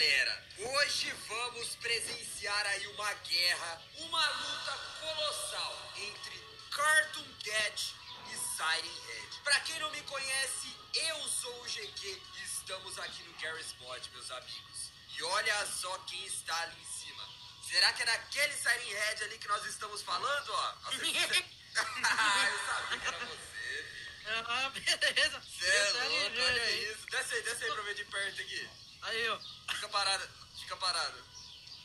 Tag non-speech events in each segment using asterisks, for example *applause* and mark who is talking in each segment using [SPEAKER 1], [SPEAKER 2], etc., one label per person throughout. [SPEAKER 1] É, Hoje vamos presenciar aí uma guerra, uma luta colossal entre Cartoon Cat e Siren Head. Pra quem não me conhece, eu sou o GQ e estamos aqui no Garry's Mod, meus amigos. E olha só quem está ali em cima. Será que é daquele Siren Head ali que nós estamos falando, ó?
[SPEAKER 2] *laughs*
[SPEAKER 1] Acertei.
[SPEAKER 2] Ah,
[SPEAKER 1] *laughs* eu sabia que era você, filho.
[SPEAKER 2] Ah, beleza.
[SPEAKER 1] Cê é
[SPEAKER 2] Esse ali,
[SPEAKER 1] louco, olha
[SPEAKER 2] gente.
[SPEAKER 1] isso. Desce aí, desce aí pra eu ver de perto aqui.
[SPEAKER 2] Aí, ó.
[SPEAKER 1] Fica parado, fica parado.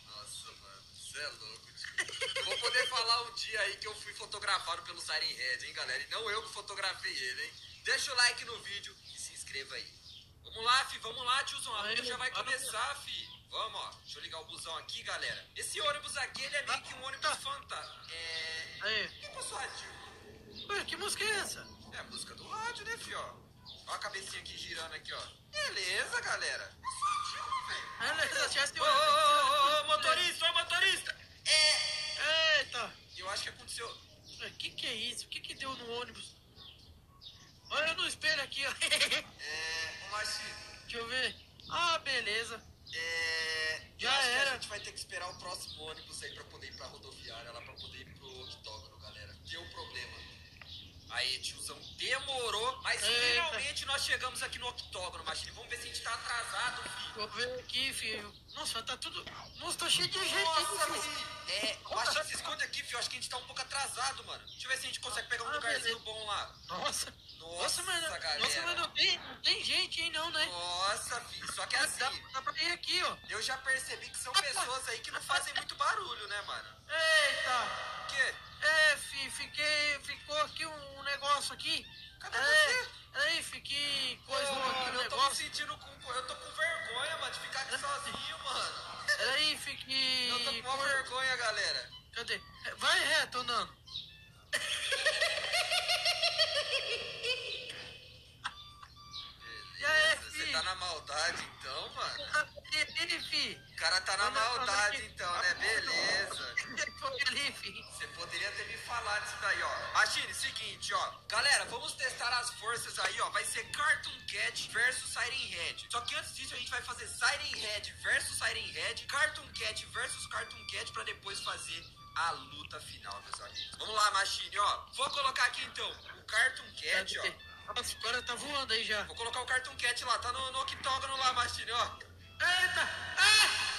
[SPEAKER 1] Nossa, mano, você é louco, tio. Vou poder falar um dia aí que eu fui fotografado pelo Siren Head, hein, galera? E não eu que fotografei ele, hein? Deixa o like no vídeo e se inscreva aí. Vamos lá, fi, vamos lá, tiozão. A
[SPEAKER 2] Aí,
[SPEAKER 1] luta já vai
[SPEAKER 2] bora.
[SPEAKER 1] começar, fi. Vamos, ó. Deixa eu ligar o busão aqui, galera. Esse ônibus aqui, ele é meio que um ônibus fantasma. É...
[SPEAKER 2] Aí.
[SPEAKER 1] Por que passou rádio?
[SPEAKER 2] Ué, que música é essa?
[SPEAKER 1] É a música do rádio, né, fi, ó. Ó a cabecinha aqui girando aqui, ó. Beleza, galera. Passou rádio, velho.
[SPEAKER 2] Beleza, Ah, né, tinha né? esse
[SPEAKER 1] Ô, ô, ô, ô, ô, motorista, ô, motorista! É!
[SPEAKER 2] Eita.
[SPEAKER 1] Eu acho que aconteceu.
[SPEAKER 2] Ué, que que é isso? O que que deu no ônibus? Olha no espelho aqui, ó. *laughs* Deixa
[SPEAKER 1] É. Ô, Márcio,
[SPEAKER 2] eu ver. Ah, beleza.
[SPEAKER 1] é. eu
[SPEAKER 2] Já
[SPEAKER 1] acho que
[SPEAKER 2] era.
[SPEAKER 1] a gente vai ter que esperar o próximo ônibus aí pra poder ir pra rodoviária, lá pra poder ir pro octógono, galera. Deu problema. Aí, tiozão, demorou, mas
[SPEAKER 2] Eita.
[SPEAKER 1] finalmente nós chegamos aqui no octógono, Machine. Vamos ver se a gente tá atrasado, filho.
[SPEAKER 2] Vou ver aqui, filho. Nossa, tá tudo... Nossa, tá cheio de gente.
[SPEAKER 1] Nossa,
[SPEAKER 2] aqui, filho.
[SPEAKER 1] filho. É, Machine, se esconde aqui, filho. Acho que a gente tá um pouco atrasado, mano. Deixa eu ver se a gente consegue pegar um
[SPEAKER 2] Ah,
[SPEAKER 1] lugarzinho
[SPEAKER 2] beleza.
[SPEAKER 1] bom lá.
[SPEAKER 2] Nossa.
[SPEAKER 1] Nossa,
[SPEAKER 2] mas,
[SPEAKER 1] galera.
[SPEAKER 2] nossa, mas não tem, não tem gente aí não, né?
[SPEAKER 1] Nossa, filho. Só que é
[SPEAKER 2] Dá,
[SPEAKER 1] assim.
[SPEAKER 2] dá pra ir aqui, ó.
[SPEAKER 1] Eu já percebi que são pessoas aí que não fazem muito barulho, né, mano?
[SPEAKER 2] Eita.
[SPEAKER 1] Que?
[SPEAKER 2] É, fi, fiquei, ficou aqui um, um negócio aqui.
[SPEAKER 1] Cadê
[SPEAKER 2] é,
[SPEAKER 1] você?
[SPEAKER 2] Aí, fiquei coisou aqui
[SPEAKER 1] mano,
[SPEAKER 2] o
[SPEAKER 1] eu tô me
[SPEAKER 2] negócio.
[SPEAKER 1] sentindo com. Eu tô com vergonha, mano, de ficar aqui sozinho, mano.
[SPEAKER 2] Aí, fiquei.
[SPEAKER 1] Eu tô com uma vergonha, galera.
[SPEAKER 2] Cadê? Vai reto, Nando. E aí,
[SPEAKER 1] Beleza, Você
[SPEAKER 2] fi?
[SPEAKER 1] tá na maldade então, mano?
[SPEAKER 2] Ele, fi. *laughs*
[SPEAKER 1] O cara tá na
[SPEAKER 2] Olha, olha
[SPEAKER 1] maldade
[SPEAKER 2] aqui.
[SPEAKER 1] então, né? Beleza.
[SPEAKER 2] Foi ele, fi.
[SPEAKER 1] Você poderia ter me falado isso daí, ó. Machine, seguinte, ó. Galera, vamos testar as forças aí, ó. Vai ser Cartoon Cat versus Siren Head. Só que antes disso, a gente vai fazer Siren Head versus Siren Head, Cartoon Cat versus Cartoon Cat, pra depois fazer a luta final, meus amigos. Vamos lá, Machine, ó. Vou colocar aqui, então, o Cartoon Cat, ó.
[SPEAKER 2] Cadê? Nossa, o cara tá voando aí já.
[SPEAKER 1] Vou colocar o Cartoon Cat lá. Tá no, no octógono lá, Machine, ó.
[SPEAKER 2] Eita! Ah!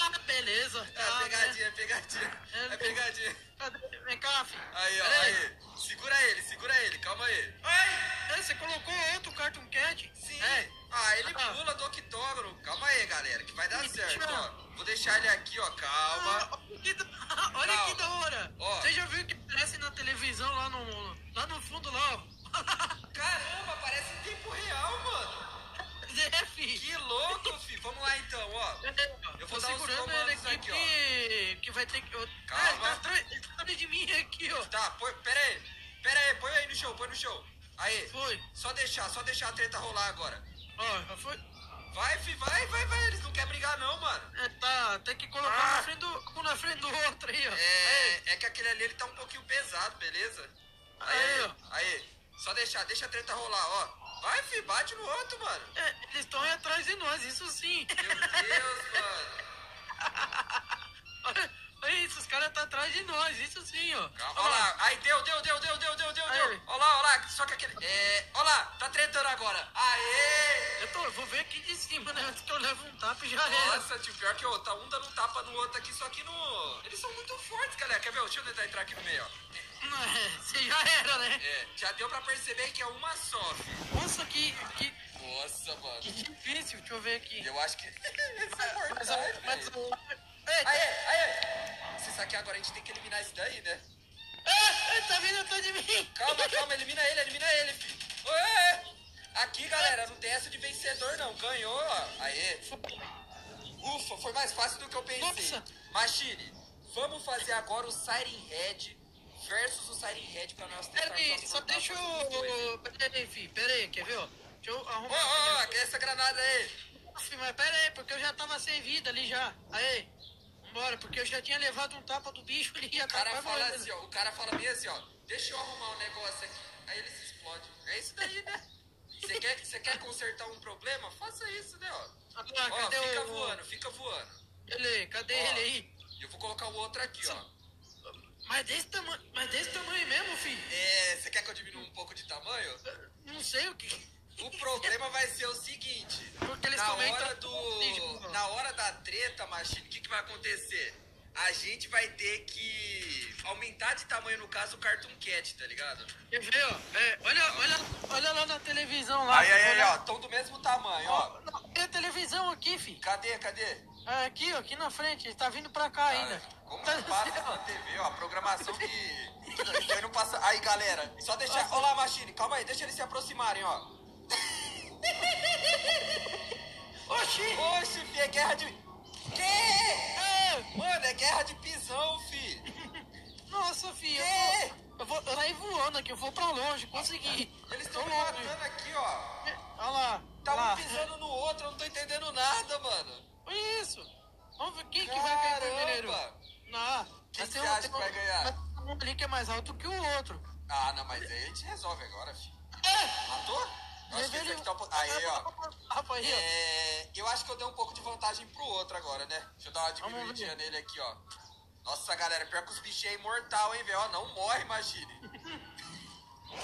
[SPEAKER 2] Ah, beleza.
[SPEAKER 1] É
[SPEAKER 2] Tá, né?
[SPEAKER 1] pegadinha, é pegadinha. É pegadinha.
[SPEAKER 2] Cadê? Vem cá, fi.
[SPEAKER 1] Aí, ó,
[SPEAKER 2] Pera
[SPEAKER 1] aí. Segura ele, segura ele, calma aí. Ai!
[SPEAKER 2] É, você colocou outro Cartoon Cat?
[SPEAKER 1] Sim.
[SPEAKER 2] É.
[SPEAKER 1] Ah, ele
[SPEAKER 2] Ah.
[SPEAKER 1] pula do octógono. Calma aí, galera, que vai dar
[SPEAKER 2] Ih,
[SPEAKER 1] certo,
[SPEAKER 2] tchau.
[SPEAKER 1] ó. Vou deixar ele aqui, ó. Calma.
[SPEAKER 2] Ah, olha que da- *laughs* olha
[SPEAKER 1] Calma.
[SPEAKER 2] que da hora.
[SPEAKER 1] Ó.
[SPEAKER 2] Você já viu que aparece na televisão lá no, lá no fundo lá, ó. *laughs*
[SPEAKER 1] Caramba, parece em tempo real, mano.
[SPEAKER 2] É, fi.
[SPEAKER 1] Que louco, fi. Vamos lá então, ó.
[SPEAKER 2] Eu
[SPEAKER 1] vou
[SPEAKER 2] vou
[SPEAKER 1] dar uns
[SPEAKER 2] segurando ele
[SPEAKER 1] comandos
[SPEAKER 2] aqui,
[SPEAKER 1] aqui, ó.
[SPEAKER 2] que... que vai ter que. eu-
[SPEAKER 1] Calma.
[SPEAKER 2] Ah, ele tá atrás, ele tá atrás de mim aqui, ó.
[SPEAKER 1] Tá, põe, pera aí. Pera aí, põe aí no show, põe no show. Aí.
[SPEAKER 2] Foi.
[SPEAKER 1] Só deixar, só deixar a treta rolar agora.
[SPEAKER 2] Ó, já foi.
[SPEAKER 1] Vai, fi, vai, vai, vai. Eles não querem brigar, não, mano.
[SPEAKER 2] É, tá, tem que colocar
[SPEAKER 1] Ah.
[SPEAKER 2] na frente do, um na frente do outro aí, ó.
[SPEAKER 1] É, é que aquele ali ele tá um pouquinho pesado, beleza?
[SPEAKER 2] Aí,
[SPEAKER 1] Aí,
[SPEAKER 2] ó.
[SPEAKER 1] aí. Só deixar, deixa a treta rolar, ó. Vai, fi, bate no outro, mano.
[SPEAKER 2] É, eles estão aí atrás de nós, isso sim. *laughs*
[SPEAKER 1] Meu Deus, mano.
[SPEAKER 2] Olha, olha isso, os caras tá atrás de nós, isso sim, ó.
[SPEAKER 1] Calma, olha lá. Aí deu, deu, deu, deu, deu, deu, deu, deu.
[SPEAKER 2] Aí.
[SPEAKER 1] Olha lá, olha lá. Só que aquele. É. Olha lá, tá tretando agora. Aê!
[SPEAKER 2] Eu tô, eu vou ver aqui de cima, né? Antes que eu levo um tapa e já era.
[SPEAKER 1] Nossa, tio, pior que o outro. Tá um dando um tapa no outro aqui, só que no. Eles são muito fortes, galera. Quer ver? Deixa eu tentar entrar aqui no meio, ó.
[SPEAKER 2] É, Você já era, né?
[SPEAKER 1] É, já deu pra perceber que é uma só, filho.
[SPEAKER 2] Nossa, que, que,
[SPEAKER 1] Nossa,
[SPEAKER 2] que
[SPEAKER 1] mano.
[SPEAKER 2] difícil. Deixa eu ver aqui.
[SPEAKER 1] Eu acho que. *laughs* Essa é
[SPEAKER 2] Mas, a-
[SPEAKER 1] verdade,
[SPEAKER 2] mas,
[SPEAKER 1] velho.
[SPEAKER 2] a- Eita,
[SPEAKER 1] Aê, aê! Se saquear agora, a gente tem que eliminar isso daí, né?
[SPEAKER 2] ah, ele tá vindo atrás de mim.
[SPEAKER 1] Calma, calma, elimina ele, elimina ele, filho. Ué! Aqui, galera, não tem essa de vencedor, não. Ganhou, ó. Aê. Ufa, foi mais fácil do que eu pensei.
[SPEAKER 2] Nossa.
[SPEAKER 1] Machine, vamos fazer agora o Siren Head versus o Siren Head pra nós tentar
[SPEAKER 2] Peraí, só deixa eu. Peraí, fi, peraí, quer ver? ó? Deixa eu
[SPEAKER 1] Ô,
[SPEAKER 2] arrumar.
[SPEAKER 1] ô,
[SPEAKER 2] aqui,
[SPEAKER 1] ô, essa granada aí.
[SPEAKER 2] né? Fi, Mas peraí, porque eu já tava sem vida ali já. Aí, vambora, porque eu já tinha levado um tapa do bicho ali e
[SPEAKER 1] O cara
[SPEAKER 2] tava
[SPEAKER 1] fala
[SPEAKER 2] morrendo.
[SPEAKER 1] assim, ó. O cara fala bem assim, ó. Deixa eu arrumar um negócio aqui. Aí ele se explode. É isso daí, né? Você quer, você quer consertar um problema? Faça isso, né, ó.
[SPEAKER 2] Ah,
[SPEAKER 1] Ó,
[SPEAKER 2] cadê
[SPEAKER 1] fica
[SPEAKER 2] o...
[SPEAKER 1] voando, fica voando.
[SPEAKER 2] Ele, cadê
[SPEAKER 1] Ó,
[SPEAKER 2] ele aí?
[SPEAKER 1] Eu vou colocar o outro aqui, ó.
[SPEAKER 2] Mas desse tamanho, mas desse tamanho mesmo, filho.
[SPEAKER 1] É, você quer que eu diminua um pouco de tamanho?
[SPEAKER 2] Não sei o que.
[SPEAKER 1] O problema vai ser o seguinte.
[SPEAKER 2] *laughs* Porque eles
[SPEAKER 1] na
[SPEAKER 2] também
[SPEAKER 1] hora
[SPEAKER 2] tá-
[SPEAKER 1] do. Na hora da treta, Machine, o que, que vai acontecer? A gente vai ter que aumentar de tamanho, no caso, o Cartoon Cat, tá ligado?
[SPEAKER 2] Quer ver, ó? É, olha, olha, olha lá na televisão lá.
[SPEAKER 1] Aí, aí, aí, ó,
[SPEAKER 2] olha,
[SPEAKER 1] estão do mesmo tamanho, ó.
[SPEAKER 2] Não, tem a televisão aqui, filho.
[SPEAKER 1] Cadê, cadê?
[SPEAKER 2] Ah, Aqui, ó, aqui na frente. Ele tá vindo pra cá ainda.
[SPEAKER 1] Ah, Como
[SPEAKER 2] Tá-
[SPEAKER 1] que passa na TV, ó, a programação que, que, *laughs* que não passa... Aí, galera, só deixar... Olá, Machine, calma aí, deixa eles se aproximarem, ó.
[SPEAKER 2] Oxi!
[SPEAKER 1] Oxe, fi, é guerra de... Que?
[SPEAKER 2] É,
[SPEAKER 1] Mano, é guerra de pisão, fi.
[SPEAKER 2] nossa, filho.
[SPEAKER 1] É.
[SPEAKER 2] Eu, vou, eu vou sair voando aqui. Eu vou pra longe. Consegui.
[SPEAKER 1] Eles estão
[SPEAKER 2] Tô
[SPEAKER 1] me
[SPEAKER 2] longe.
[SPEAKER 1] matando aqui, ó.
[SPEAKER 2] Olha lá.
[SPEAKER 1] Tá
[SPEAKER 2] olha lá.
[SPEAKER 1] um pisando no outro, eu não tô entendendo nada, mano.
[SPEAKER 2] Olha isso. Vamos ver quem que vai ganhar
[SPEAKER 1] Caramba.
[SPEAKER 2] primeiro. Não.
[SPEAKER 1] Quem você
[SPEAKER 2] mas tem um-
[SPEAKER 1] acha
[SPEAKER 2] tem
[SPEAKER 1] que vai
[SPEAKER 2] um-
[SPEAKER 1] ganhar?
[SPEAKER 2] mas tem Um ali que é mais alto que o outro.
[SPEAKER 1] Ah, não, mas aí a gente resolve agora, fi. Matou? É, Eu acho que esse aqui tá um pouco... Aí, ó.
[SPEAKER 2] Rapa aí, ó.
[SPEAKER 1] É, eu acho que eu dei um pouco de vantagem pro outro agora, né? Deixa eu dar uma
[SPEAKER 2] Vamos ver.
[SPEAKER 1] diminuidinha nele aqui, ó. Nossa, galera, pior que os bichos é imortal, hein, velho? Ó, Não morre, imagine.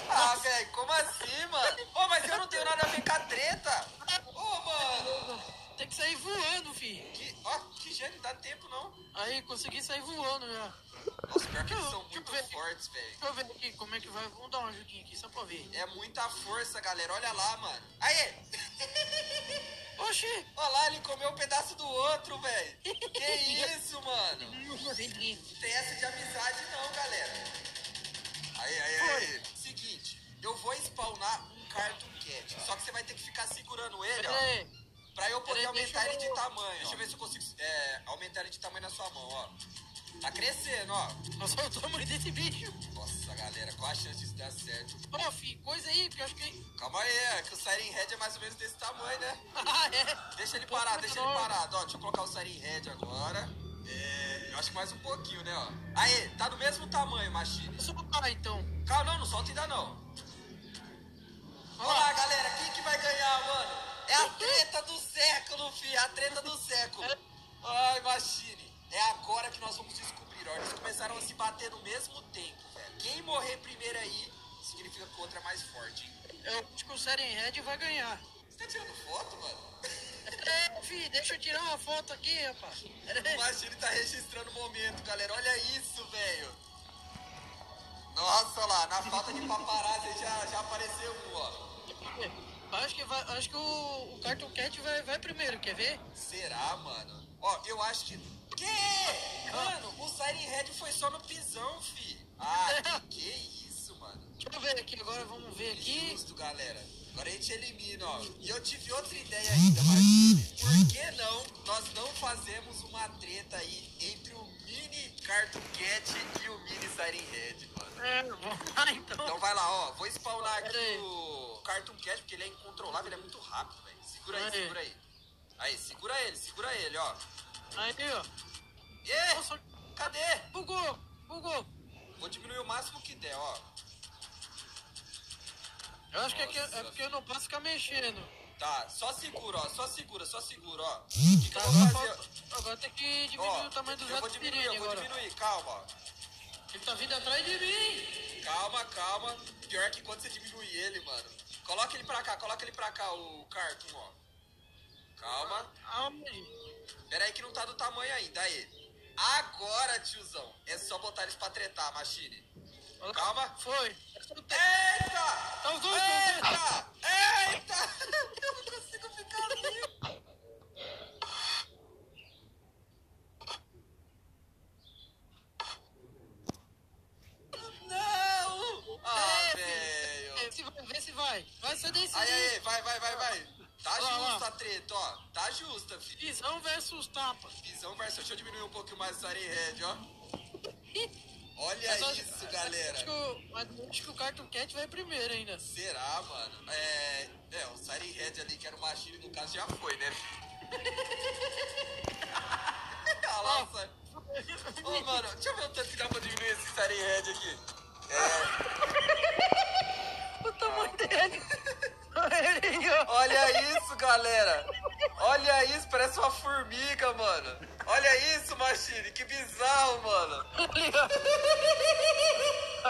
[SPEAKER 1] Ah, velho, como assim, mano? Ô, mas eu não tenho nada a ver com a treta. Ô, mano.
[SPEAKER 2] Tem que sair voando, filho.
[SPEAKER 1] Que, ó, que gênio, dá tempo, não.
[SPEAKER 2] Aí, consegui sair voando já.
[SPEAKER 1] Nossa, pior que eles são
[SPEAKER 2] Deixa eu
[SPEAKER 1] muito
[SPEAKER 2] ver.
[SPEAKER 1] fortes, velho.
[SPEAKER 2] Deixa eu ver aqui como é que vai. Vamos dar uma ajudinha aqui, só pra ver.
[SPEAKER 1] É muita força, galera. Olha lá, mano. Aê! *laughs*
[SPEAKER 2] Oxi!
[SPEAKER 1] Olha lá, ele comeu um pedaço do outro, velho. Que isso, mano?
[SPEAKER 2] Consegui.
[SPEAKER 1] tem essa de amizade não, galera. Aí, aí, aí. Seguinte, eu vou spawnar um Cartoon Cat. Só que você vai ter que ficar segurando ele, ó.
[SPEAKER 2] Peraí.
[SPEAKER 1] Pra eu poder
[SPEAKER 2] Peraí,
[SPEAKER 1] aumentar
[SPEAKER 2] deixa eu-
[SPEAKER 1] ele de tamanho. Deixa eu ver se eu consigo é, aumentar ele de tamanho na sua mão, ó. Tá crescendo, ó.
[SPEAKER 2] Nós soltamos muito desse bicho.
[SPEAKER 1] Nossa, galera, qual a chance disso dar certo?
[SPEAKER 2] Ó, filho, coisa aí, porque eu acho que.
[SPEAKER 1] Calma aí, é que o Siren Head é mais ou menos desse tamanho, né?
[SPEAKER 2] *laughs* Ah, é.
[SPEAKER 1] Deixa ele parado, deixa ele parado. Ó, deixa eu colocar o Siren Head agora. É, eu acho que mais um pouquinho, né, ó. Aê, tá do mesmo tamanho, Machine.
[SPEAKER 2] Soltar então.
[SPEAKER 1] Calma, não, não solta ainda não.
[SPEAKER 2] Olha
[SPEAKER 1] Olá,
[SPEAKER 2] lá.
[SPEAKER 1] galera, quem que vai ganhar, mano? É a treta do século, fi, a treta do século. Ai, Machine, é agora que nós vamos descobrir, ó. Eles começaram a se bater no mesmo tempo, velho. Quem morrer primeiro aí, significa que o outro é mais forte, hein?
[SPEAKER 2] Eu acho que É, o Seren Red vai ganhar.
[SPEAKER 1] Você tá tirando foto, mano?
[SPEAKER 2] É, filho, deixa eu tirar uma foto aqui, rapaz. É,
[SPEAKER 1] O Machine tá registrando o momento, galera. Olha isso, velho. Nossa, olha lá, na falta de paparazzi já, já apareceu um, ó.
[SPEAKER 2] Acho que, vai, acho que o, o Cartoon Cat vai, vai primeiro, quer ver?
[SPEAKER 1] Será, mano? Ó, eu acho que. Que? Mano, o Siren Red foi só no pisão, fi. Ah, que, que isso, mano?
[SPEAKER 2] Deixa eu ver aqui agora, vamos ver aqui.
[SPEAKER 1] Justo, galera. Agora a gente elimina, ó. E eu tive outra ideia ainda, mas por que não nós não fazemos uma treta aí entre o mini Cartoon Cat e o mini Siren Red, mano?
[SPEAKER 2] É, *laughs* vamos lá então.
[SPEAKER 1] Então vai lá, ó. Vou spawnar
[SPEAKER 2] Pera
[SPEAKER 1] aqui
[SPEAKER 2] aí.
[SPEAKER 1] o Cartoon Cat, porque ele é incontrolável, ele é muito rápido, velho. Segura aí,
[SPEAKER 2] Aí.
[SPEAKER 1] segura aí. Aí, segura ele, segura ele, ó.
[SPEAKER 2] Aí, ó.
[SPEAKER 1] Ê,
[SPEAKER 2] Nossa,
[SPEAKER 1] cadê?
[SPEAKER 2] bugou, bugou.
[SPEAKER 1] Vou diminuir o máximo que der, ó.
[SPEAKER 2] Eu acho que é, que- é
[SPEAKER 1] Nossa.
[SPEAKER 2] porque eu não posso ficar mexendo.
[SPEAKER 1] Tá, só segura, ó. Só segura, só segura, ó. O que, que eu vou
[SPEAKER 2] Tá, Agora,
[SPEAKER 1] fazer?
[SPEAKER 2] falta- agora tem que Uhum. diminuir
[SPEAKER 1] Ó,
[SPEAKER 2] o tamanho do
[SPEAKER 1] eu vou
[SPEAKER 2] Zé
[SPEAKER 1] diminuir,
[SPEAKER 2] Pirene
[SPEAKER 1] eu vou
[SPEAKER 2] agora.
[SPEAKER 1] diminuir. Calma, ó.
[SPEAKER 2] Ele tá vindo atrás de mim.
[SPEAKER 1] Calma, calma. Pior que quando você diminui ele, mano. Coloca ele pra cá, coloca ele pra cá, o Cartoon, ó. Calma.
[SPEAKER 2] Aonde?
[SPEAKER 1] Pera aí que não tá do tamanho ainda, aí. Agora, tiozão, é só botar eles pra tretar, Machine.
[SPEAKER 2] Olha lá.
[SPEAKER 1] Calma. É
[SPEAKER 2] Foi. É
[SPEAKER 1] Eita!
[SPEAKER 2] Tá os dois, tá os dois.
[SPEAKER 1] Eita! Eita! *laughs* Eu não consigo ficar ali. Não! Ah,
[SPEAKER 2] É,
[SPEAKER 1] velho.
[SPEAKER 2] filho. É, se vai, Vê se vai. Vai ser desse
[SPEAKER 1] Aí, aí, vai, vai, vai, vai. Tá
[SPEAKER 2] Ó, ó.
[SPEAKER 1] justa a treta, ó. Tá justa, filho.
[SPEAKER 2] Visão versus tapa.
[SPEAKER 1] Visão versus... Deixa eu diminuir um pouquinho mais o Red, ó. Olha
[SPEAKER 2] Mas eu-
[SPEAKER 1] É isso, galera.
[SPEAKER 2] É assim. Acho que, o, mas acho que o Cartoon Cat vai primeiro ainda.
[SPEAKER 1] Será, mano? É. É, o Siren Red ali, que era o Machine, no caso, já foi, né? *laughs* Olha lá, o Siren- Ô, mano, deixa eu ver o tanto que dá pra diminuir esse Siren Red aqui. É.
[SPEAKER 2] o tamanho dele. Olha ele, ó.
[SPEAKER 1] Olha isso, galera! Olha isso, parece uma formiga, mano! Olha Olha isso, Machine, que bizarro, mano.
[SPEAKER 2] Ali, ó.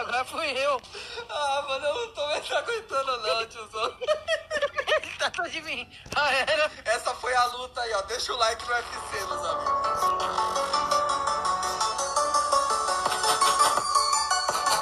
[SPEAKER 2] *laughs* Agora fui eu.
[SPEAKER 1] Ah, mano, eu não tô mais aguentando não, tiozão.
[SPEAKER 2] Ele tá atrás de mim. Ah, era.
[SPEAKER 1] Essa foi a luta aí, ó. Deixa o like no UFC, meus amigos.